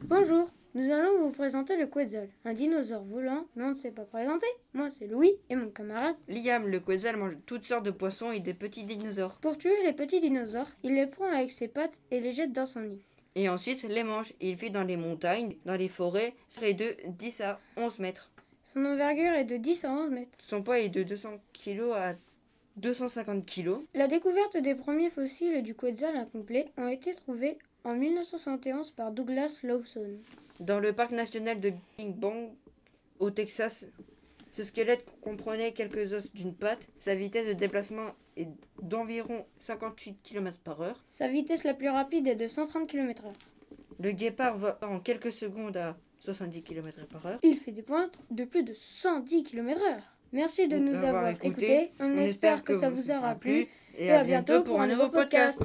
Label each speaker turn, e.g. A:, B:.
A: Bonjour, nous allons vous présenter le Quetzal, un dinosaure volant, mais on ne s'est pas présenté. Moi, c'est Louis et mon camarade.
B: Liam, le Quetzal mange toutes sortes de poissons et des petits dinosaures.
A: Pour tuer les petits dinosaures, il les prend avec ses pattes et les jette dans son nid.
B: Et ensuite, les mange. Il vit dans les montagnes, dans les forêts, et de 10 à 11 mètres.
A: Son envergure est de 10 à 11 mètres.
B: Son poids est de 200 kg à 250 kg.
A: La découverte des premiers fossiles du Quetzal incomplet ont été trouvés en 1971 par Douglas Lawson.
B: Dans le parc national de Big Bang, au Texas, ce squelette comprenait quelques os d'une patte. Sa vitesse de déplacement est d'environ 58 km par heure.
A: Sa vitesse la plus rapide est de 130 km/h.
B: Le guépard va en quelques secondes à 70 km par heure.
A: Il fait des pointes de plus de 110 km/h. Merci de
B: Nous
A: nous
B: avoir
A: avoir
B: écoutés.
A: écoutés. On, espère que ça vous aura plu.
B: Et à bientôt pour un nouveau podcast.